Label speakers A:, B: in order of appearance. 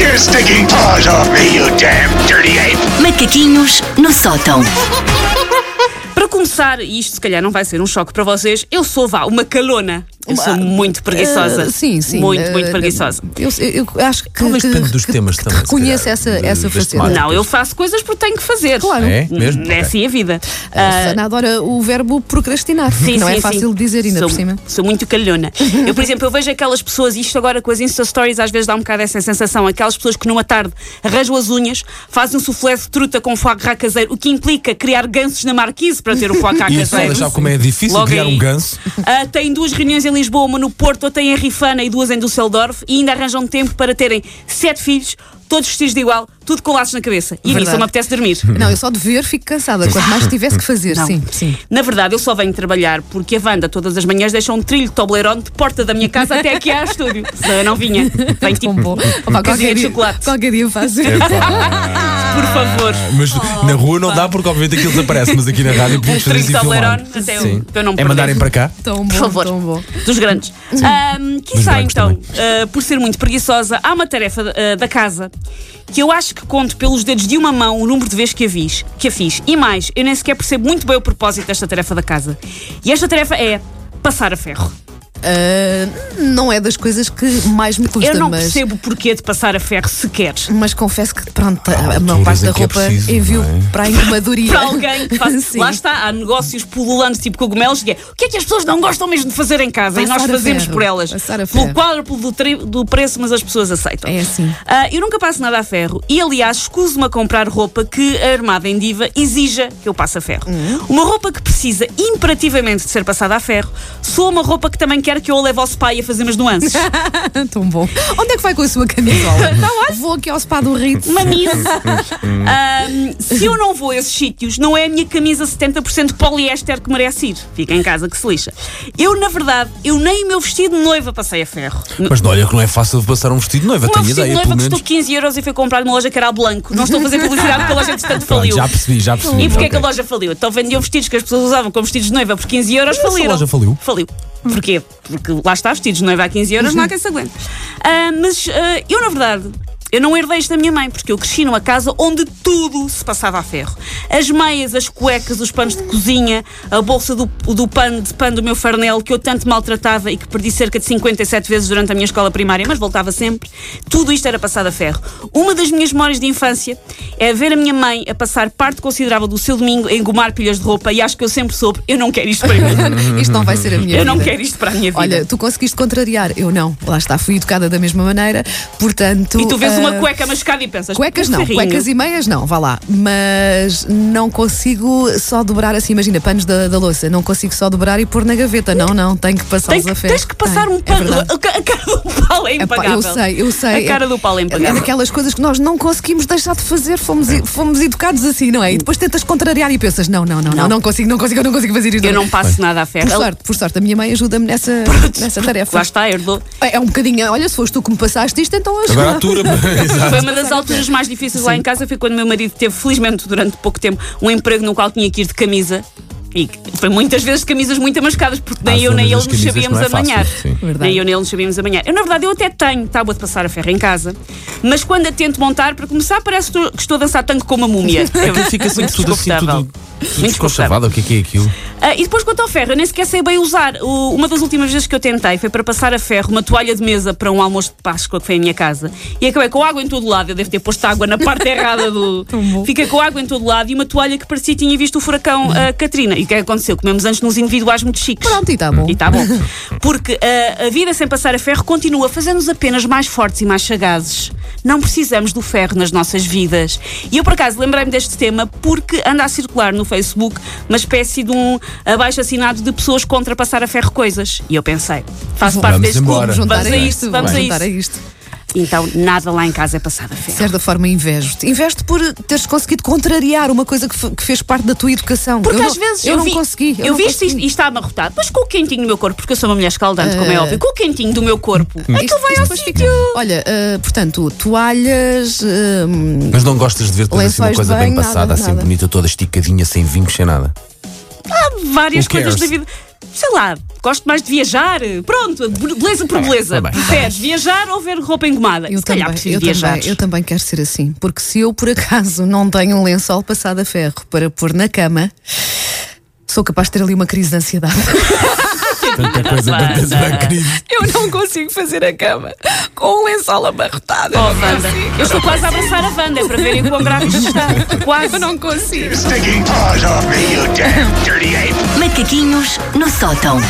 A: your stinking paws off me, you damn dirty ape!
B: Macaquinhos no sótão.
C: Para começar, e isto se calhar não vai ser um choque para vocês, eu sou vá, uma calona. Eu sou
D: Uma- ah,
C: muito preguiçosa.
D: Eh, sim, sim.
C: Muito,
D: Eh,
C: muito preguiçosa.
D: Eu, eu- eu acho que.
E: Talvez
D: que-
E: depende dos
D: que-
E: temas
D: que
E: também, se
D: Reconheço
E: calhar,
D: essa,
E: de-
D: essa faceta.
E: deste mar.
C: Não, eu faço coisas porque tenho que fazer.
D: eh, Claro.
E: É?
C: É
E: Mesmo? Ok.
C: assim a vida.
D: A
C: Ah,
D: Sana adora o verbo procrastinar.
C: Sim,
D: não
C: sim,
D: é fácil
C: sim.
D: de dizer ainda
C: sou,
D: por cima.
C: Sou muito calhona. Eu, por exemplo, eu vejo aquelas pessoas, isto agora com as Insta Stories às vezes dá um bocado essa sensação, aquelas pessoas que numa tarde arranjam as unhas, fazem um soufflé de truta com foie gras caseiro, o que implica criar gansos na marquise para ter o foie gras
E: E a
C: caseiro.
E: senhora sabe como é difícil
C: assim. Logo
E: criar
C: aí.
E: um ganso?
C: Ah, têm duas reuniões em Lisboa, uma no Porto, outra em Rifana e duas em Düsseldorf e ainda arranjam tempo para terem sete filhos, todos vestidos de igual, tudo com laços na cabeça. E a mim
D: Verdade.
C: só me apetece dormir.
D: Não, eu só de ver fico cansada. Quanto mais tivesse que fazer,
C: Não.
D: sim. sim.
C: Na verdade, eu só venho trabalhar porque a Wanda todas as manhãs deixa um trilho de Toblerone de porta da minha casa até aqui ao estúdio. Se eu não vinha. Vem tipo,
D: Bom, bom.
C: casinha
D: Opa,
C: de
D: qualquer, dia,
C: chocolate.
D: qualquer dia faço.
E: É.
C: por favor.
E: Mas na rua não dá porque obviamente aquilo desaparece, mas aqui na rádio
C: Um
E: podemos fazer
C: trilho
E: isso
C: de
E: e filmar.
C: Toblerone até eu,
E: Sim.
C: para eu não
E: É
C: perder.
E: mandarem para cá?
D: Tão bom,
C: Por favor.
D: tão bom.
C: Dos grandes. Ahm,
E: Dos
C: quiçá,
E: brancos
C: então, ah, por ser muito preguiçosa, há uma tarefa ah, da casa que eu acho que conto pelos dedos de uma mão o número de vezes que a, fiz, que a fiz. E mais, eu nem sequer percebo muito bem o propósito desta tarefa da casa. E esta tarefa é passar a ferro.
D: Ah, não é das coisas que mais me custa,
C: Eu não
D: mas.
C: percebo o porquê de passar a ferro sequer.
D: Mas confesso que, pronto, a
E: há
D: maior parte da
E: alturas em que é
D: roupa
E: preciso,
D: envio
E: não é?
D: para a engomadoria.
C: para alguém que faça.
D: Sim.
C: Lá está, há negócios pululantes tipo cogumelos, que é o que é que as pessoas não gostam mesmo de fazer em casa e
D: Passar
C: nós
D: a
C: fazemos
D: ferro.
C: por elas.
D: Passar a
C: Pelo
D: ferro.
C: quádruplo do, tri- do preço, mas as pessoas aceitam.
D: É assim.
C: Ah, eu nunca passo nada a ferro e, aliás, escuso-me a comprar roupa que a Armada em Diva exija que eu passe a ferro.
D: Hum.
C: Uma roupa que precisa imperativamente de ser passada a ferro, sou uma roupa que também quer que eu a leve ao spa e a fazer umas nuances.
D: Tão bom. Onde é que vai com a sua camisola? Vou aqui ao spa do Ritz.
C: Uma miss.
E: Hum,
C: Ahm, se eu não vou a esses sítios, não é a minha camisa 70% poliéster que merece ir. Fica em casa que se lixa. Eu, na verdade, eu nem o meu vestido de noiva passei a ferro.
E: Mas não, olha que não é fácil de passar um vestido de noiva,
C: O meu
E: tenho
C: vestido de
E: ideia, pelo
C: noiva custou
E: menos.
C: 15 euros e foi comprar numa loja que era a Blanco. Não estou a fazer publicidade porque a loja entretanto
E: Pronto,
C: faliu.
E: já percebi, já percebi.
C: E porquê é que a
E: ok.
C: loja faliu? Então vendiam vestidos que as pessoas usavam como vestidos de noiva por 15 euros,
E: Essa
C: faliram.
E: loja faliu?
C: Faliu. Porquê? Porque lá está, vestidos de noiva a 15 euros, não há quem se aguente. Ah, mas ah, eu, na verdade, eu não herdei isto da minha mãe, porque eu cresci numa casa onde tudo se passava a ferro. As meias, as cuecas, os panos de cozinha, a bolsa do, do pano de pano do meu farnel, que eu tanto maltratava e que perdi cerca de 57 vezes durante a minha escola primária, mas voltava sempre. Tudo isto era passado a ferro. Uma das minhas memórias de infância é ver a minha mãe a passar parte considerável do seu domingo a engomar pilhas de roupa e acho que eu sempre soube, eu não quero isto para mim.
D: Isto não vai ser a minha
C: Eu
D: vida.
C: não quero isto para a minha vida.
D: Olha, tu conseguiste contrariar, eu não. Lá está, fui educada da mesma maneira, portanto.
C: e tu vês uma
D: ah,
C: cueca machucada e pensas.
D: Cuecas
C: "Um
D: não,
C: ferrinho."
D: cuecas e meias não, vá lá. Mas não consigo só dobrar assim, imagina, panos da, da louça. Não consigo só dobrar e pôr na gaveta. Não, não, tenho que
C: Tem
D: passá-los
C: que-
D: a ferro.
C: tens que passar
D: Tenho,
C: um pano.
D: É
C: a ca- a cara do pau é
D: Epá,
C: impagável.
D: eu sei, eu sei.
C: A cara do pau é
D: É
C: impagável.
D: daquelas coisas que nós não conseguimos deixar de fazer, fomos, fomos educados assim, não é? E depois tentas contrariar e pensas: não, não, não, não,
C: Não.
D: não consigo, não consigo, eu não consigo fazer isto.
C: Eu não passo nada a ferro.
D: Por sorte, por sorte, a minha mãe ajuda-me nessa, nessa tarefa.
C: Lá está, herdou.
D: É é um bocadinho, olha, se foste tu que me passaste isto, então eu
E: Agora atura. Exato.
C: Foi uma das alturas mais difíceis lá em casa. Foi quando meu marido teve, felizmente, durante pouco tempo, um emprego no qual tinha que ir de camisa. E que foi muitas vezes de camisas muito amascadas, porque nem
E: Às
C: eu nem ele
E: zonas das
C: nos
E: camisas
C: sabíamos
E: não é fácil,
C: amanhar.
E: sim.
D: Verdade.
C: Nem eu nem ele nos sabíamos amanhar. Eu, na verdade, eu até tenho tábua de passar a ferro em casa, mas quando a tento montar, para começar, parece que estou- que estou a dançar tango com uma múmia.
E: Aquilo fica sempre
C: Muito
E: tudo assim,
C: desconfortável.
E: tudo, tudo desconchavado. O que é que é aquilo?
C: Ah, e depois quanto ao ferro, eu nem sequer sei bem usar. O- uma das últimas vezes que eu tentei foi para passar a ferro uma toalha de mesa para um almoço de Páscoa que foi em minha casa. E acabei com água em todo lado. Eu devo ter posto água na parte errada do.
D: bom.
C: Fica com água em todo lado e uma toalha que parecia que tinha visto o furacão ah, Katrina. E o que é que aconteceu? Comemos antes nos individuais muito chiques.
D: Pronto, e está bom.
C: E tá. está bom. Porque ah, a vida sem passar a ferro continua fazendo-nos apenas mais fortes e mais sagazes. Não precisamos do ferro nas nossas vidas. E eu, por acaso, lembrei-me deste tema porque anda a circular no Facebook uma espécie de um abaixo assinado de pessoas contra passar a ferro coisas. E eu pensei, faço parte
E: Vamos
C: deste
E: embora.
C: clube.
D: juntar
C: Vamos a
D: a
C: isto, vamos a
D: vamos
C: isto.
D: juntar a isto.
C: Então, nada lá em casa é passar a
D: De
C: ferro.
D: certa forma, invejo-te. Invejo-te por teres conseguido contrariar uma coisa que, fe- que fez parte da tua educação.
C: Porque
D: eu
C: às
D: não,
C: vezes
D: eu,
C: eu,
D: não
C: vi,
D: consegui.
C: Eu,
D: não
C: vi isto
D: consegui.
C: e está amarrotado, mas com o quentinho do meu corpo, porque eu sou uma mulher escaldante,
D: Eh,
C: como é óbvio, com o quentinho do meu corpo, aquilo Então vai ao
D: depois fica-
C: sítio.
D: Hum. Olha, eh, portanto, toalhas. eh,
E: Mas não gostas de ver tudo assim uma
D: Lençóis
E: coisa
D: de
E: bem
D: banho, nada,
E: passada, assim
D: nada.
E: bonita, toda esticadinha, sem vinhos, sem nada.
C: várias
E: Who cares?
C: coisas da vida. sei lá, gosto mais de viajar. Pronto, beleza por beleza.
E: tá bem, tá bem.
C: Preferes viajar ou ver roupa engomada?
D: Eu
C: Se calhar
D: também,
C: prefiro
D: eu,
C: viajar.
D: também, eu também quero ser assim, porque se eu por acaso não tenho um lençol passado a ferro para pôr na cama, sou capaz de ter ali uma crise de ansiedade.
E: Tanta coisa para pensar na crise.
D: Eu não consigo fazer a cama com um lençol abarrotado.
C: Oh, Wanda, eu estou quase a abraçar a Wanda é para verem quão grave isto está. Quase.
D: não consigo.
A: Your stinking paws off me, you damn dirty ape!
B: Macaquinhos no sótão.